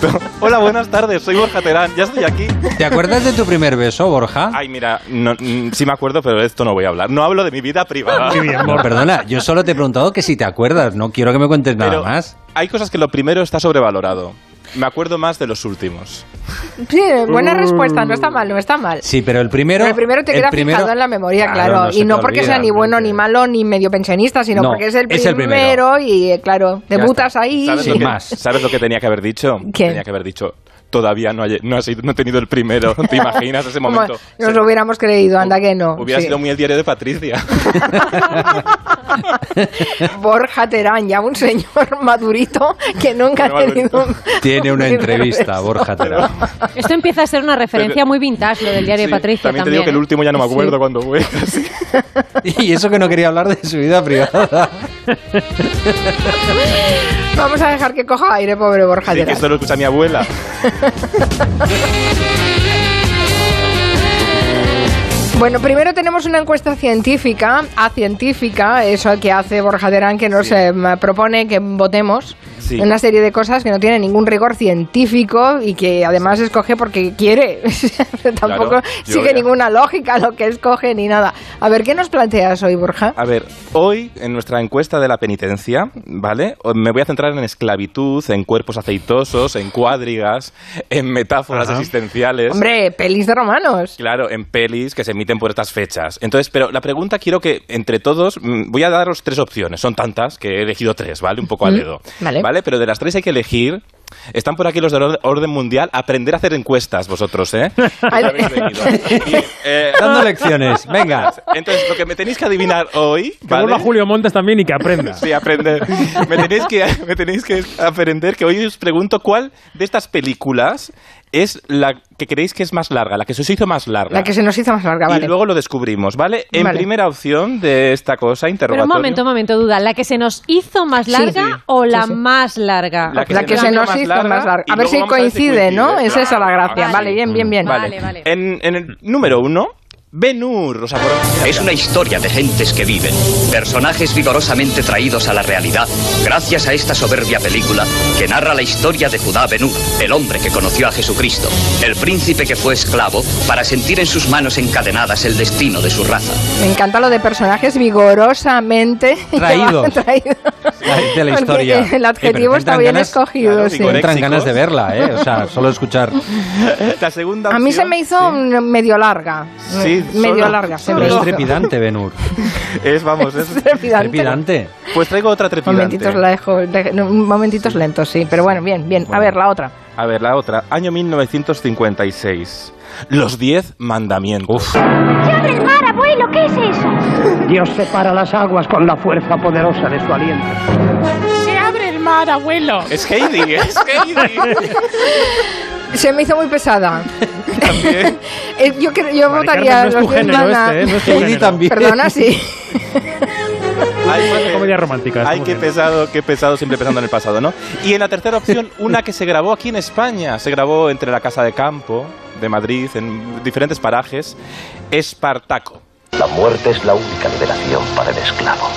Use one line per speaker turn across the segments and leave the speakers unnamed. Hola, buenas tardes, soy Borja Terán, ya estoy aquí.
¿Te acuerdas de tu primer beso, Borja?
Ay, mira, no, mm, sí me acuerdo, pero de esto no voy a hablar. No hablo de mi vida privada.
No, perdona, yo solo te he preguntado que si te acuerdas, no quiero que me cuentes nada
Pero
más.
Hay cosas que lo primero está sobrevalorado. Me acuerdo más de los últimos.
Sí, buena respuesta, no está mal, no está mal.
Sí, pero el primero.
Pero el primero te queda
primero-
fijado en la memoria, claro.
se
y no
te
porque
olvida,
sea ni bueno, ni
realmente.
malo, ni medio pensionista, sino
No,
porque es el primero,
es el
y, eh, claro, debutas
está.
ahí.
¿Sabes,
Sin
lo que,
más.
¿Sabes lo que tenía que haber dicho?
¿Qué?
Tenía que haber dicho, todavía no, he- no, ha sido- no he tenido el primero. ¿Te imaginas ese
Como
momento?
Nos
Se-
lo hubiéramos creído, anda que no.
Hubiera
sí.
sido muy el diario de Patricia.
Borja Terán, ya un señor madurito que nunca ha
Bueno,
tenido...
Tiene una
un primer
entrevista,
beso.
Borja Terán.
Esto empieza a ser una referencia muy vintage, lo del diario
Sí,
de Patricia.
También te digo que el
¿eh?
último ya no me
Sí.
acuerdo cuando fue. Sí.
Y eso que no quería hablar de su vida privada.
Vamos a dejar que coja aire, pobre Borja
Sí, que
Terán.
esto lo escucha mi abuela.
Bueno, primero tenemos una encuesta científica, a científica, eso que hace Borja Terán, que nos eh, m- propone que votemos
Sí.
una serie de cosas que no tienen ningún rigor científico y que además escoge porque quiere. Tampoco
Claro, yo
sigue
ya.
ninguna lógica lo que escoge ni nada. A ver, ¿qué nos planteas hoy, Borja?
A ver, hoy en nuestra encuesta de la penitencia, ¿vale? O- Me voy a centrar en esclavitud, en cuerpos aceitosos, en cuadrigas, en metáforas existenciales.
Hombre, pelis de romanos.
Claro, en pelis que se emiten por estas fechas. Entonces, pero la pregunta quiero que entre todos, mm, voy a daros tres opciones, son tantas que he elegido tres, ¿vale? Un poco al
Mm,
dedo.
vale.
Pero de las tres hay que elegir. Están por aquí los del or- orden mundial, aprender a hacer encuestas vosotros, ¿eh?
Ay.
Ya habéis venido. Y, eh,
Dando lecciones. Venga.
entonces, lo que me tenéis que adivinar hoy,
Que vuelva
¿vale?
Julio Montes también y que aprenda.
Sí, aprender. Me tenéis, que, me tenéis que aprender que hoy os pregunto cuál de estas películas es la que creéis que es más larga, la que se os hizo más larga.
La que se nos hizo más larga,
Y
vale.
luego lo descubrimos, ¿vale? En
Vale.
primera opción de esta cosa,
Pero
interrogatorio.
un momento, un momento, duda. ¿La que se nos hizo más
Sí,
larga
sí.
o la
Sí, sí.
más larga?
La que
La que
se
se
nos
nos
hizo
hizo
más
más larga.
larga.
A ver
Y luego
si
vamos a ver si
coincide, ¿no?
coincide.
Es esa la gracia.
Vale.
Vale, bien, bien, bien.
Vale, vale.
En, en el número uno, Benur. O sea, por-
Es una historia de gentes que viven, personajes vigorosamente traídos a la realidad, gracias a esta soberbia película que narra la historia de Judá Benú, el hombre que conoció a Jesucristo, el príncipe que fue esclavo para sentir en sus manos encadenadas el destino de su raza.
Me encanta lo de personajes vigorosamente
Traídos.
traídos.
De la
Porque
historia.
El adjetivo
Eh, pero
está
entran
bien
ganas-
escogido,
Claro,
sí.
Me entran
Léxicos.
ganas de verla, ¿eh? O sea, solo escuchar.
la segunda
A mí se
opción-
me hizo
Sí.
un medio larga.
Sí,
medio
solo-
larga. se
Pero
me
es
hizo.
trepidante, Benur.
Es, vamos, es...
Trepidante.
Trepidante.
Pues traigo otra trepidante.
Momentitos, la dejo- de- no, momentitos lentos, sí. Pero bueno, bien, bien. A
Bueno.
ver, la otra.
A ver, la otra. Año 1956. Los diez mandamientos. Uf.
¡Se abre el mar, abuelo! ¿Qué es eso?
Dios separa las aguas con la fuerza poderosa de su aliento.
Es Heidi, es Heidi.
Se me hizo muy pesada.
También.
Eh, yo creo- yo
Mari
votaría
Carmen, no es tu
los diez
género
maná-
este, ¿eh? No es tu
Heidi
género.
también.
Perdona, sí.
Ay, madre.
Comedia romántica,
Ay,
estamos
qué
viendo.
pesado, qué pesado, siempre pensando en el pasado, ¿no? Y en la tercera opción, una que se grabó aquí en España. Se grabó entre la Casa de Campo de Madrid, en diferentes parajes. Espartaco.
La muerte es la única liberación para el esclavo.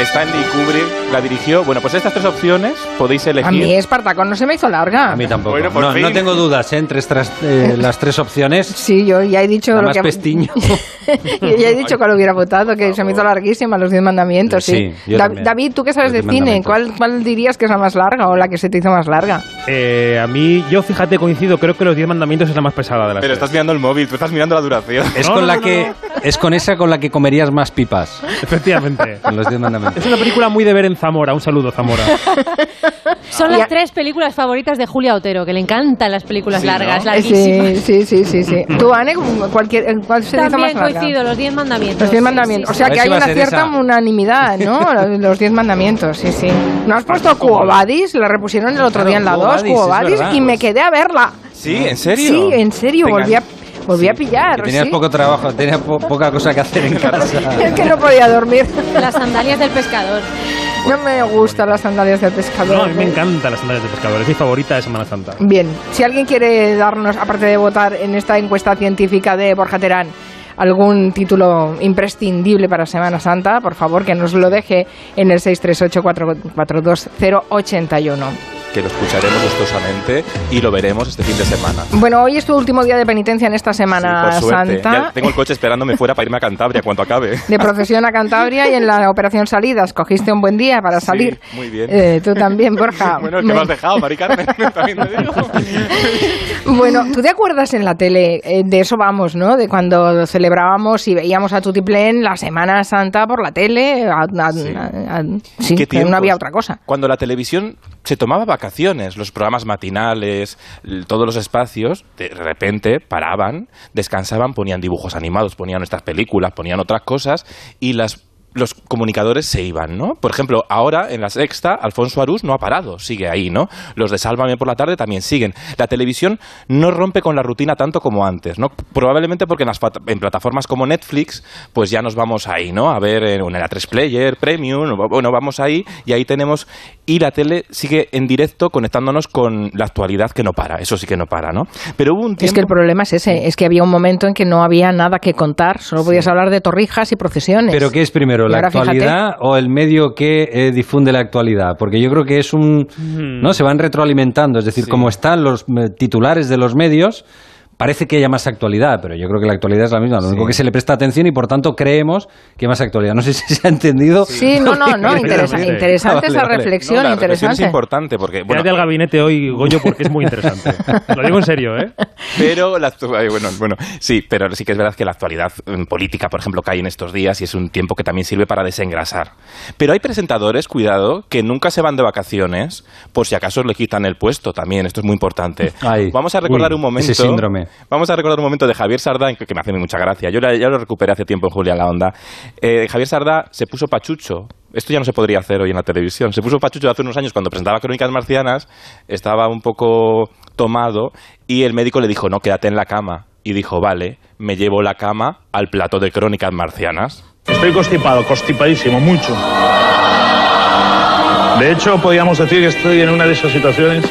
Stanley Kubrick la dirigió. Bueno, pues estas tres opciones podéis
A mí
elegir.
Espartaco no se me hizo larga.
A mí tampoco.
Bueno, por
no, no
fin.
tengo dudas, ¿eh? Entre estas, eh, las tres opciones,
Sí, yo ya he dicho
la
lo
más
que...
pestiño.
Yo ya he dicho que lo hubiera votado, que se me hizo larguísima los Diez Mandamientos. Sí.
Sí, yo
Da-
también.
David, ¿tú qué sabes
Los
de
Diez
cine?
Mandamientos.
¿Cuál, ¿Cuál dirías que es la más larga o la que se te hizo más larga?
Eh, a mí, yo fíjate, coincido, creo que los 10 mandamientos es la más pesada de las
Pero
tres.
estás mirando el móvil, tú estás mirando la duración.
Es
No,
con
no,
la
no,
que es con esa con la que comerías más pipas.
Efectivamente.
Con los diez mandamientos.
es una película muy de ver en Zamora. Un saludo, Zamora.
Son
Ya.
las tres películas favoritas de Julia Otero, que le encantan las películas
Sí, ¿no?
largas,
Eh,
larguísimas.
Sí, sí, sí, sí, sí. ¿Tú, Anne, cualquier, eh, cuál se te hizo más
También
larga?
coincido, los diez mandamientos.
Los diez
Sí,
mandamientos. O
sí,
sea
A ver
que
si
hay
va a
una
ser
cierta
esa.
unanimidad, ¿no? Los- Los diez mandamientos, sí, sí. ¿No has puesto Cubo Vadis? La repusieron el otro
Claro,
día en la
Cubo
2,
Vadis,
Cubo
es
Vadis,
verdad.
y me quedé a verla.
Sí, ¿en serio?
Sí, en serio,
Venga.
volví a, volví a pillar.
Que tenías
sí.
poco trabajo, tenías po- poca cosa que hacer en
Es
casa.
que no podía dormir.
sí. Las sandalias del pescador.
No me gustan las sandalias del pescador.
No, a mí me encantan las sandalias de pescador. Es mi favorita de Semana Santa.
Bien, si alguien quiere darnos, aparte de votar en esta encuesta científica de Borja Terán, algún título imprescindible para Semana Santa, por favor que nos lo deje en el 638442081.
que lo escucharemos gustosamente y lo veremos este fin de semana.
Bueno, hoy es tu último día de penitencia en esta Semana
Sí, por suerte.
Santa.
Ya tengo el coche esperándome fuera para irme a Cantabria cuando acabe.
de procesión a Cantabria y en la operación salidas. Cogiste un buen día para salir.
muy bien.
Eh, tú también, Borja.
Ah, Bueno, el que me has dejado, Mari Carmen, también te digo.
Bueno, ¿tú te acuerdas en la tele? eh, de eso vamos, ¿no? De cuando celebrábamos y veíamos a Tutiplén la Semana Santa por la tele. a- a-
Sí.
a- a- sí,
¿Qué
que no
tiempos?
había otra cosa.
Cuando la televisión se tomaba vacaciones, los programas matinales, l- todos los espacios, de repente paraban, descansaban, ponían dibujos animados, ponían estas películas, ponían otras cosas y las los comunicadores se iban, ¿no? Por ejemplo, ahora en la sexta, Alfonso Arús no ha parado, sigue ahí, ¿no? Los de Sálvame por la tarde también siguen. La televisión no rompe con la rutina tanto como antes, ¿no? Probablemente porque en, las plat- en plataformas como Netflix, pues ya nos vamos ahí, ¿no? A ver en en la 3 Player, Premium, o- bueno, vamos ahí y ahí tenemos. Y la tele sigue en directo conectándonos con la actualidad que no para, eso sí que no para, ¿no? Pero hubo un tiempo.
Es que el problema es ese, es que había un momento en que no había nada que contar, solo podías hablar de torrijas y procesiones.
Pero ¿qué es primero,
Y
la
ahora fíjate.
actualidad o el medio que eh, difunde la actualidad? Porque yo creo que es un...
Mm.
¿no? Se van retroalimentando, es decir, como están los eh, titulares de los medios, parece que haya más actualidad, pero yo creo que la actualidad es la misma, lo único que se le presta atención y por tanto creemos que hay más actualidad. No sé si se ha entendido.
Sí, no, no, no, interesa-
Perfectamente.
interesante
Ah, vale,
esa
vale.
reflexión,
No, la reflexión
interesante.
es importante porque bueno,
Quédate al gabinete hoy, Goyo, porque es muy interesante. Lo digo en serio, ¿eh?
Pero la actu- ay, bueno, bueno, sí, pero sí que es verdad que la actualidad mm, política, por ejemplo, cae en estos días y es un tiempo que también sirve para desengrasar. Pero hay presentadores, cuidado, que nunca se van de vacaciones por si acaso le quitan el puesto también, esto es muy importante.
Ay,
vamos a recordar
uy,
un momento.
ese síndrome.
Vamos a recordar un momento de Javier Sardá, que que me hace mucha gracia. Yo la- ya lo recuperé hace tiempo en Julia la Onda. Eh, Javier Sardá se puso pachucho. Esto ya no se podría hacer hoy en la televisión. Se puso pachucho hace unos años cuando presentaba Crónicas Marcianas. Estaba un poco tomado y el médico le dijo, no, quédate en la cama. Y dijo, vale, me llevo la cama al plato de Crónicas Marcianas.
Estoy constipado, constipadísimo, mucho. De hecho, podríamos decir que estoy en una de esas situaciones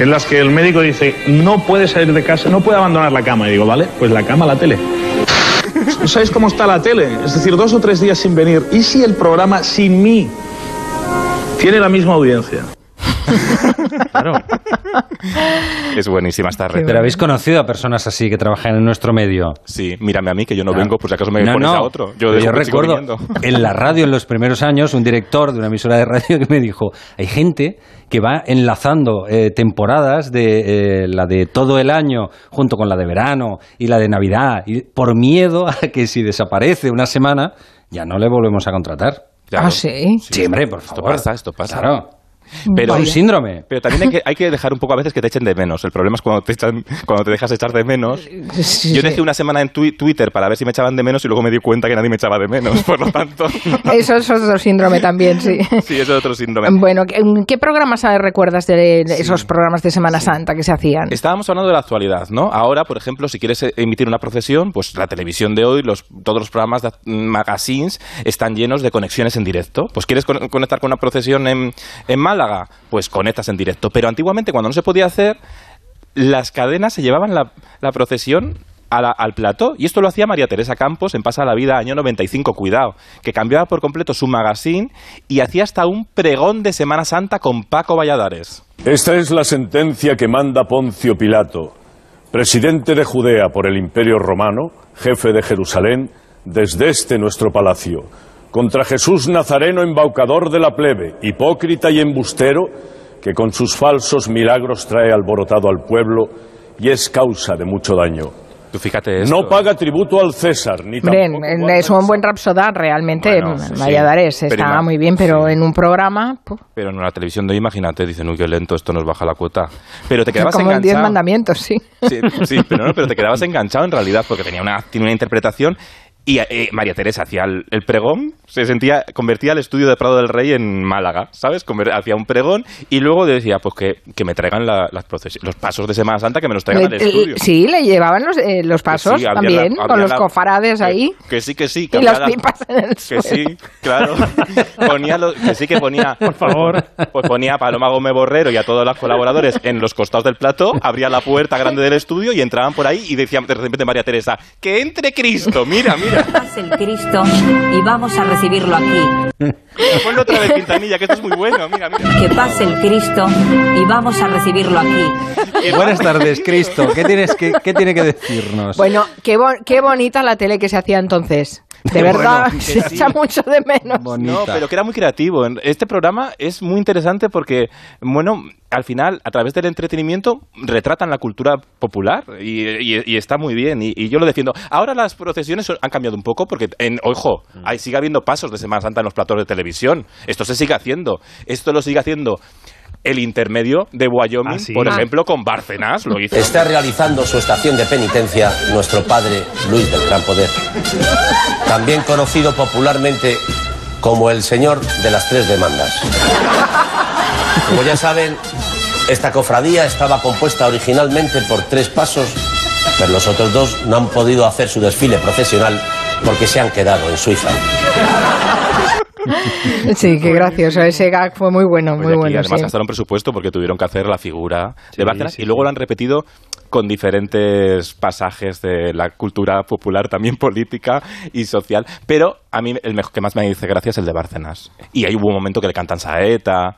en las que el médico dice, no puede salir de casa, no puede abandonar la cama. Y digo, vale, pues la cama, la tele. ¿Sabéis cómo está la tele? Es decir, dos o tres días sin venir. ¿Y si el programa sin mí tiene la misma audiencia?
Es buenísima esta red.
Pero habéis conocido a personas así que trabajan en nuestro medio.
Sí, mírame a mí, que yo no
Claro.
vengo, por si acaso me
No,
pones
no.
a otro.
Yo,
dejo que sigo
recuerdo
viniendo.
en la radio en los primeros años un director de una emisora de radio que me dijo, hay gente que va enlazando eh, temporadas de eh, la de todo el año junto con la de verano y la de Navidad y por miedo a que si desaparece una semana ya no le volvemos a contratar.
Claro.
Ah, sí.
Sí, hombre, por
esto
favor.
pasa, esto pasa.
Claro.
Pero-
Mm,
Pero un síndrome.
Pero también hay que, hay que dejar un poco a veces que te echen de menos. El problema es cuando te, echan, cuando te dejas echar de menos.
Sí,
Yo
sí.
dejé una semana en twi- Twitter para ver si me echaban de menos y luego me di cuenta que nadie me echaba de menos. Por lo tanto,
Eso es otro síndrome también, sí.
sí, eso es otro síndrome.
Eh, Bueno, ¿qué- ¿qué programas eh, recuerdas de esos programas de Semana Santa que se hacían?
Estábamos hablando de la actualidad, ¿no? Ahora, por ejemplo, si quieres eh, emitir una procesión, pues la televisión de hoy, los, todos los programas de mm, magazines están llenos de conexiones en directo. Pues quieres con- conectar con una procesión en, en Málaga, pues conectas en directo. Pero antiguamente, cuando no se podía hacer, las cadenas se llevaban la, la procesión a la- al plató. Y esto lo hacía María Teresa Campos en Pasa la Vida, año 95, cuidado, que cambiaba por completo su magazine y hacía hasta un pregón de Semana Santa con Paco Valladares.
Esta es la sentencia que manda Poncio Pilato, presidente de Judea por el Imperio Romano, jefe de Jerusalén, desde este nuestro palacio, contra Jesús Nazareno, embaucador de la plebe, hipócrita y embustero, que con sus falsos milagros trae alborotado al pueblo y es causa de mucho daño.
Tú fíjate esto.
No paga tributo al César, ni tampoco...
Bien, es un buen rapsodar realmente,
Bueno, sí, sí.
Valladares,
Pero
estaba
ima-
muy bien, pero en un programa, puf,
Pero en la televisión de hoy, imagínate, dicen, uy, qué lento, esto nos baja la cuota. Pero te quedabas
como en Diez
enganchado.
Mandamientos, sí.
Sí, sí, pero, no, pero te quedabas enganchado en realidad porque tenía una, tiene una interpretación. Y eh, María Teresa hacía el, el pregón, se sentía, convertía el estudio de Prado del Rey en Málaga, ¿sabes? Conver- hacía un pregón y luego decía, pues que, que me traigan la- las proces- los pasos de Semana Santa, que me los traigan
Le-
al estudio.
eh, sí, le llevaban los, eh, los
Que
pasos
sí, había
también,
la-
con
había
los
la-
cofarades
que-
ahí.
Que sí, que sí.
Y
Que
las
había la-
pipas en el
Que
suelo.
sí, claro. Ponía lo- que sí que ponía...
Por favor.
Pues ponía a Paloma Gómez Borrero y a todos los colaboradores en los costados del plato, abría la puerta grande del estudio y entraban por ahí y decían de repente María Teresa, que entre Cristo, mira, mira.
es el Cristo y vamos a recibirlo aquí.
Ponlo otra vez, Quintanilla, que esto es muy bueno. Mira, mira.
Que pase el Cristo y vamos a recibirlo aquí.
Buenas tardes, Cristo. ¿Qué, tienes que, qué tiene que decirnos?
Bueno, qué, bon- qué bonita la tele que se hacía entonces. De
Bueno,
verdad,
que
se
sí.
echa mucho de menos.
No, pero que era muy creativo. En- Este programa es muy interesante porque, bueno, al final, a través del entretenimiento, retratan la cultura popular y, y- y está muy bien. Y, y yo lo defiendo. Ahora las procesiones son- han cambiado un poco porque, en, ojo,
Mm.
ahí sigue habiendo pasos de Semana Santa en los platos de televisión. Esto se sigue haciendo. Esto lo sigue haciendo. El intermedio de Wyoming,
sí.
por
Ah.
ejemplo, con Bárcenas lo hizo.
Está realizando su estación de penitencia nuestro padre Luis del Gran Poder, también conocido popularmente como el señor de las tres demandas. Como ya saben, esta cofradía estaba compuesta originalmente por tres pasos, pero los otros dos no han podido hacer su desfile profesional porque se han quedado en Suiza.
Sí, qué gracioso. Ese gag fue muy bueno, muy
Y Pues aquí,
bueno.
además
sí.
gastaron presupuesto porque tuvieron que hacer la figura
Sí,
de Bárcenas
sí,
y luego lo han repetido con diferentes pasajes de la cultura popular, también política y social. Pero a mí el mejor que más me dice gracia es el de Bárcenas. Y ahí hubo un momento que le cantan saeta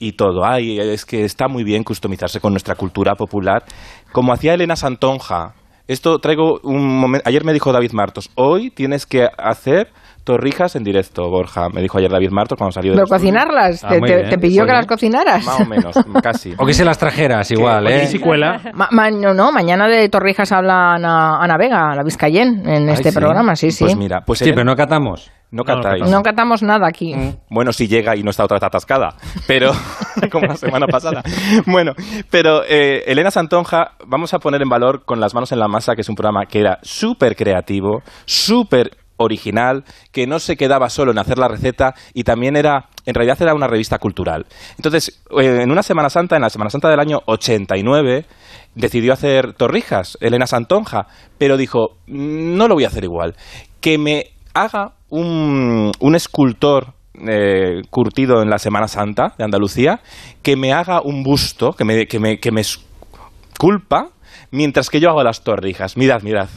y todo. Ay, es que está muy bien customizarse con nuestra cultura popular, como hacía Elena Santonja. Esto traigo un momento. Ayer me dijo David Martos, hoy tienes que hacer torrijas en directo, Borja. Me dijo ayer David Martos cuando salió de
Pero cocinarlas,
Ah,
te,
muy
te-
bien,
te pidió
muy
que
bien.
las cocinaras.
pues Más o menos, casi.
O que se las trajeras igual,
oye,
¿eh?
¿y si cuela?
Ma- ma- no, no, mañana de Torrijas habla Ana, Ana Vega, la Vizcayen, en este
sí.
programa, sí, sí.
Pues mira, pues
sí,
Elena-
pero no catamos.
No catáis.
no catamos nada aquí.
Mm.
Bueno, si llega y no está otra vez atascada, pero como la semana pasada. Bueno, pero eh, Elena Santonja, vamos a poner en valor con las manos en la masa, que es un programa que era súper creativo, súper original, que no se quedaba solo en hacer la receta y también era, en realidad era una revista cultural. Entonces, eh, en una Semana Santa, en la Semana Santa del año 89, decidió hacer torrijas, Elena Santonja, pero dijo, "Mm, no lo voy a hacer igual, que me haga un, un escultor eh, curtido en la Semana Santa de Andalucía, que me haga un busto, que me, que me, que me esculpa, mientras que yo hago las torrijas. Mirad, mirad.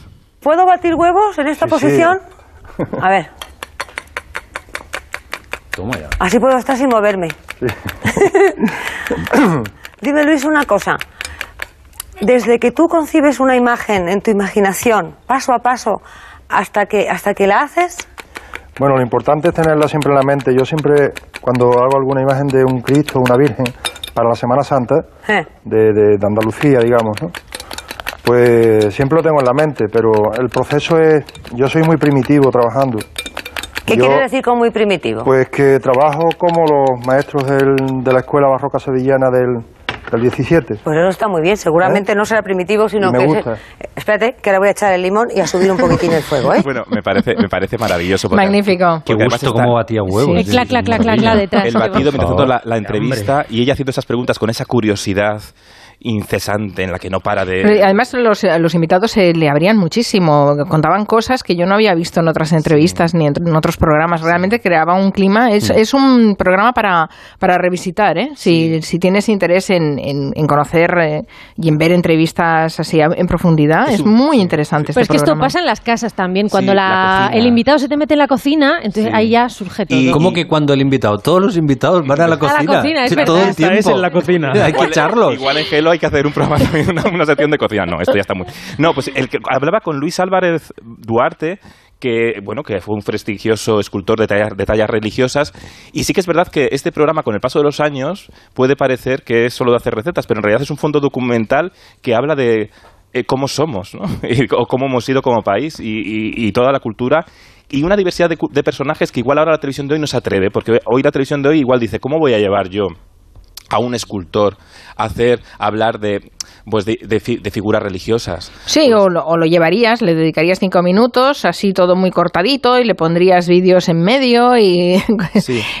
¿Puedo batir huevos en esta
Sí, sí.
posición? A ver,
Toma ya.
así puedo estar sin moverme. Dime, Luis, una cosa. Desde que tú concibes una imagen en tu imaginación, paso a paso, hasta que, hasta que la haces,
Bueno, lo importante es tenerla siempre en la mente. Yo siempre, Eh, cuando hago alguna imagen de un Cristo o una Virgen para la Semana Santa,
eh,
de, de- de Andalucía, digamos, ¿no? pues siempre lo tengo en la mente, pero el proceso es... Yo soy muy primitivo trabajando.
¿qué
Yo-
quiere decir con muy primitivo?
Pues que trabajo como los maestros del- de la Escuela Barroca Sevillana del, del 17.
Pues eso está muy bien, seguramente no será primitivo, sino
Y me
que...
gusta.
Eh, Espérate, que ahora voy a echar el limón y a subir un poquitín el fuego, ¿eh?
Bueno, me parece, me parece maravilloso. porque-
Magnífico.
porque además está-
cómo batía huevos.
Sí, clac, clac, clac, clac, clac, detrás.
El batido, mientras tanto, la, la entrevista y ella haciendo esas preguntas con esa curiosidad incesante en la que no para
Eh,
de...
Además, los, eh, los invitados se le abrían muchísimo, contaban cosas que yo no había visto en otras entrevistas ni en, en otros programas. Realmente creaba un clima. Es,
Mm.
es un programa para, para revisitar, ¿eh? Si, si tienes interés en, en- en conocer eh, y en ver entrevistas así a- en profundidad, es, muy interesante. este
Pero es que esto
programa.
pasa en las casas también. Cuando
Sí, la
la-
cocina.
el invitado se te mete en la cocina, entonces ahí ya surge todo.
¿Y cómo que cuando el invitado? Todos los invitados van a la cocina.
cocina, es
Sí,
verdad.
Todo el
Esta
tiempo.
es en la
cocina.
Hay que
Igual-
echarlos.
Igual en Gelo hay que hacer un programa también, una, una sección de cocina. No, esto ya está muy. No, pues el que hablaba con Luis Álvarez Duarte que bueno que fue un prestigioso escultor de talla- de tallas, religiosas y sí que es verdad que este programa con el paso de los años puede parecer que es solo de hacer recetas pero en realidad es un fondo documental que habla de eh, cómo somos ¿no? Y- o cómo hemos sido como país y, y- y toda la cultura y una diversidad de, cu- de personajes que igual ahora la televisión de hoy no se atreve porque hoy la televisión de hoy igual dice cómo voy a llevar yo a un escultor a hacer hablar de pues de, de fi- de figuras religiosas
Sí, o lo, o lo llevarías, le dedicarías cinco minutos, así todo muy cortadito, y le pondrías vídeos en medio y,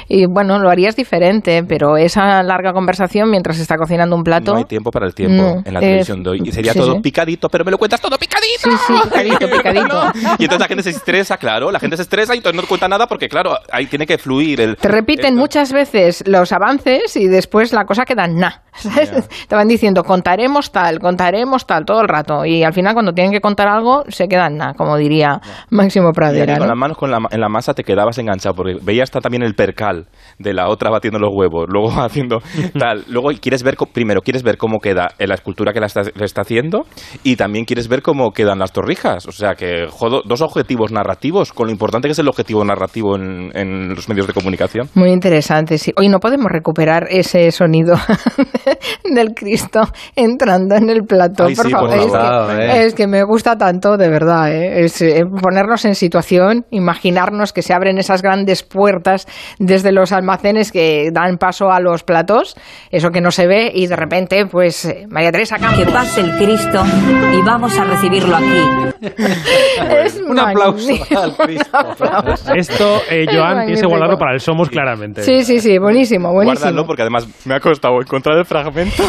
y bueno, lo harías diferente, pero esa larga conversación mientras está cocinando un plato...
no hay tiempo para el tiempo
No,
en la
eh,
televisión de hoy y sería
sí,
todo
sí.
picadito pero me lo cuentas todo picadito
Sí, sí, picadito, picadito.
y entonces la gente se estresa claro la gente se estresa y entonces no cuenta nada porque claro ahí tiene que fluir el
Te repiten muchas veces los avances y después la cosa queda en nada. ¿sabes? Te van diciendo, contaremos tal, contaremos tal, todo el rato. Y al final, cuando tienen que contar algo, se quedan nada, como diría Máximo
Y aquí
Pradera.
con
¿no?
las manos con la ma- en la masa te quedabas enganchado porque veías hasta también el percal de la otra batiendo los huevos, luego haciendo tal, luego quieres ver co- primero quieres ver cómo queda en la escultura que la está, le está haciendo y también quieres ver cómo quedan las torrijas, o sea que jodo- dos objetivos narrativos con lo importante que es el objetivo narrativo en, en los medios de comunicación.
Muy interesante, sí. Hoy no podemos recuperar ese sonido del Cristo entrando en el plató,
Ay,
por
sí, por
favor. Es
favor, Eh.
que- Es,
venga.
que, me gusta tanto, de verdad, ¿eh? Es, eh, ponernos en situación, imaginarnos que se abren esas grandes puertas desde los almacenes que dan paso a los platos, eso que no se ve, y de repente, pues, eh, María Teresa Campos.
Que pase el Cristo y vamos a recibirlo aquí.
eh.
Es
Un aplauso
magnífico.
Esto, eh,
Es
Joan, tienes que
magnífico.
guardarlo para el Somos, claramente.
Sí, sí, sí, buenísimo, buenísimo.
Guárdalo porque además me ha costado encontrar el fragmento.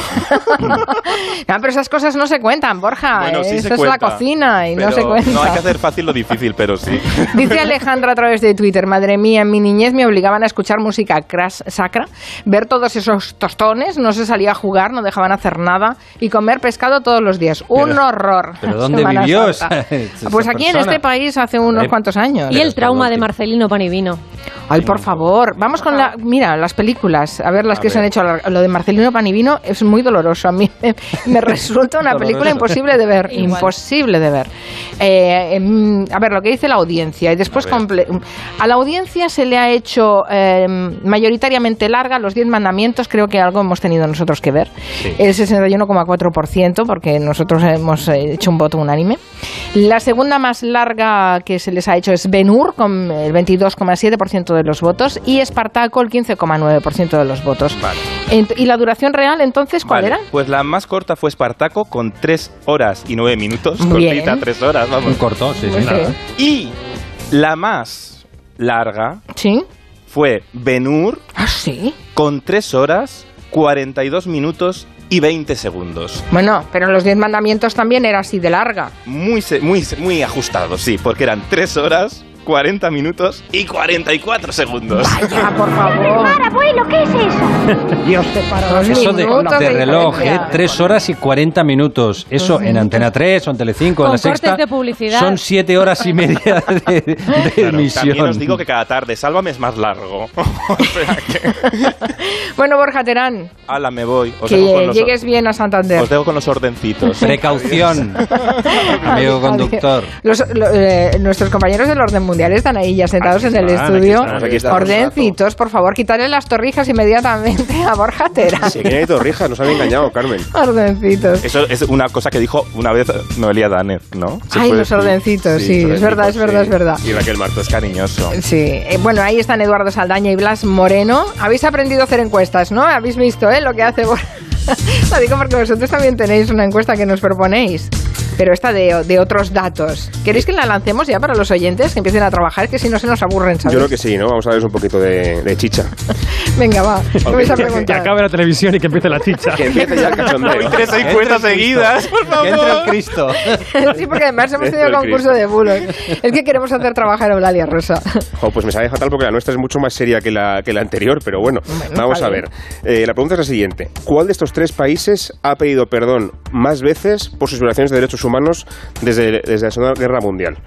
Ah, pero esas cosas no se cuentan, Borja.
Bueno, sí se
Esto Ah, es la
cuenta,
cocina y no
pero
se cuenta.
No hay que hacer fácil lo difícil, pero sí.
Dice Alejandra a través de Twitter, madre mía, en mi niñez me obligaban a escuchar música cras- sacra, ver todos esos tostones, no se salía a jugar, no dejaban hacer nada y comer pescado todos los días. Un
Pero-
horror.
¿Pero dónde
Semana
vivió
Santa.
esa- esa
Pues aquí en
persona? Eh,
este país hace unos
Hombre,
cuantos años.
Y el trauma de Marcelino Panivino.
Ay, por favor, vamos con la... Mira, las películas, a ver las
A
que se han
ver.
hecho. La- Lo de Marcelino Panivino es muy doloroso. A mí me, me resulta una
Doloroso.
película imposible de ver,
Igual.
imposible de ver. Eh, em, a ver, lo que dice la audiencia. Y después
A ver.
comple- a la audiencia se le ha hecho eh, mayoritariamente larga los 10 mandamientos, creo que algo hemos tenido nosotros que ver.
Sí.
El 61,4%, porque nosotros hemos eh, hecho un voto unánime. La segunda más larga que se les ha hecho es Benur, con el 22,7% de los votos, y Espartaco, el 15,9% de los votos. Ent- ¿Y la duración real entonces cuál
Vale,
era?
Pues la más corta fue Espartaco con 3 horas y 9 minutos.
Muy bien.
Cortita, 3 horas, vamos.
corto, sí,
Muy sí. bien.
Y la más larga
Sí.
fue Benur
Ah, sí.
con 3 horas, 42 minutos y 20 segundos.
Bueno, pero los 10 mandamientos también era así de larga.
Muy, se- muy, se- muy ajustado, sí, porque eran 3 horas, 40 minutos y 44 segundos.
Ah, por favor.
abuelo, ¿qué es eso?
Dios te
Eso de, de reloj, ¿eh? 3 horas y 40 minutos. Eso en Antena 3 o en Telecinco, en
Con
la
cortes
sexta.
de publicidad.
Son 7 horas y media de, de
También
emisión.
os digo que cada tarde Sálvame es más largo.
Bueno, Borja Terán,
Ala, me voy.
Pues
Os dejo con
que
los-
llegues bien a Santander.
Os dejo con los ordencitos.
Precaución, amigo conductor.
Los- lo- eh, nuestros compañeros del orden mundial están ahí ya sentados en el
están, aquí
estudio.
están, aquí están.
Ordencitos, por favor, quitarle las torrijas inmediatamente a Borja Terán.
Si aquí hay torrijas, nos han engañado, Carmen.
Ordencitos.
Eso es una cosa que dijo una vez Noelia Danez, ¿no? Se
Ay,
puede
los
decir.
ordencitos, sí, es verdad, es verdad, es verdad.
Y Raquel Marto es cariñoso.
Sí, eh, bueno, ahí están Eduardo Saldaña y Blas Moreno. Habéis aprendido a hacer encuestas, ¿no? Habéis visto eh, lo que hace Borja. Lo digo porque vosotros también tenéis una encuesta que nos proponéis, pero esta de, de otros datos. ¿Queréis que la lancemos ya para los oyentes que empiecen a trabajar? Que si no se nos aburren,
Yo
¿sabes?
creo que sí, ¿no? Vamos a darles un poquito de, de chicha.
Venga, va, me vais a
Que
preguntar.
acabe la televisión y que empiece la chicha.
Que empiece ya el cachondeo.
Tres encuestas seguidas, por favor.
Cristo.
Sí, porque además hemos
Dentro
tenido
del
concurso
Cristo.
de bulos. Es que queremos hacer trabajar a Eulalia Rosa.
Jo, pues me sabe fatal porque la nuestra es mucho más seria que la, que la anterior, pero bueno, vamos a
está bien.
ver. Eh, la pregunta es la siguiente. ¿Cuál de estos tres países ha pedido perdón más veces por sus violaciones de derechos humanos desde, desde la Segunda Guerra Mundial?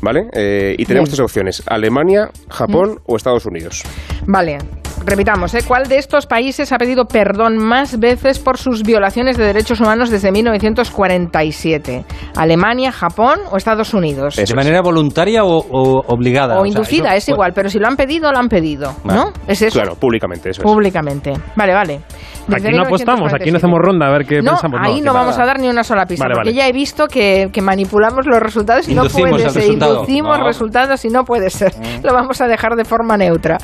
¿Vale? Eh, y tenemos
Bien.
tres opciones. Alemania, Japón o Estados Unidos.
Vale, repitamos, ¿eh? ¿Cuál de estos países ha pedido perdón más veces por sus violaciones de derechos humanos desde 1947? ¿Alemania, Japón o Estados Unidos?
¿De manera voluntaria o, o obligada?
o
sea,
inducida,
eso-
es igual, pero si lo han pedido, lo han pedido, ¿no? Es eso,
Claro, públicamente, eso es.
públicamente. Vale, vale. Desde
Aquí no apostamos, aquí no
1947.
hacemos ronda a ver qué
No,
pensamos.
ahí no
que
vamos
nada.
a dar ni una sola pista,
Vale,
porque
vale.
ya he visto que, que manipulamos los resultados y
Inducimos
no
el
puede ser.
resultado.
Inducimos
No.
resultados y no puede ser. Lo vamos a dejar de forma neutra.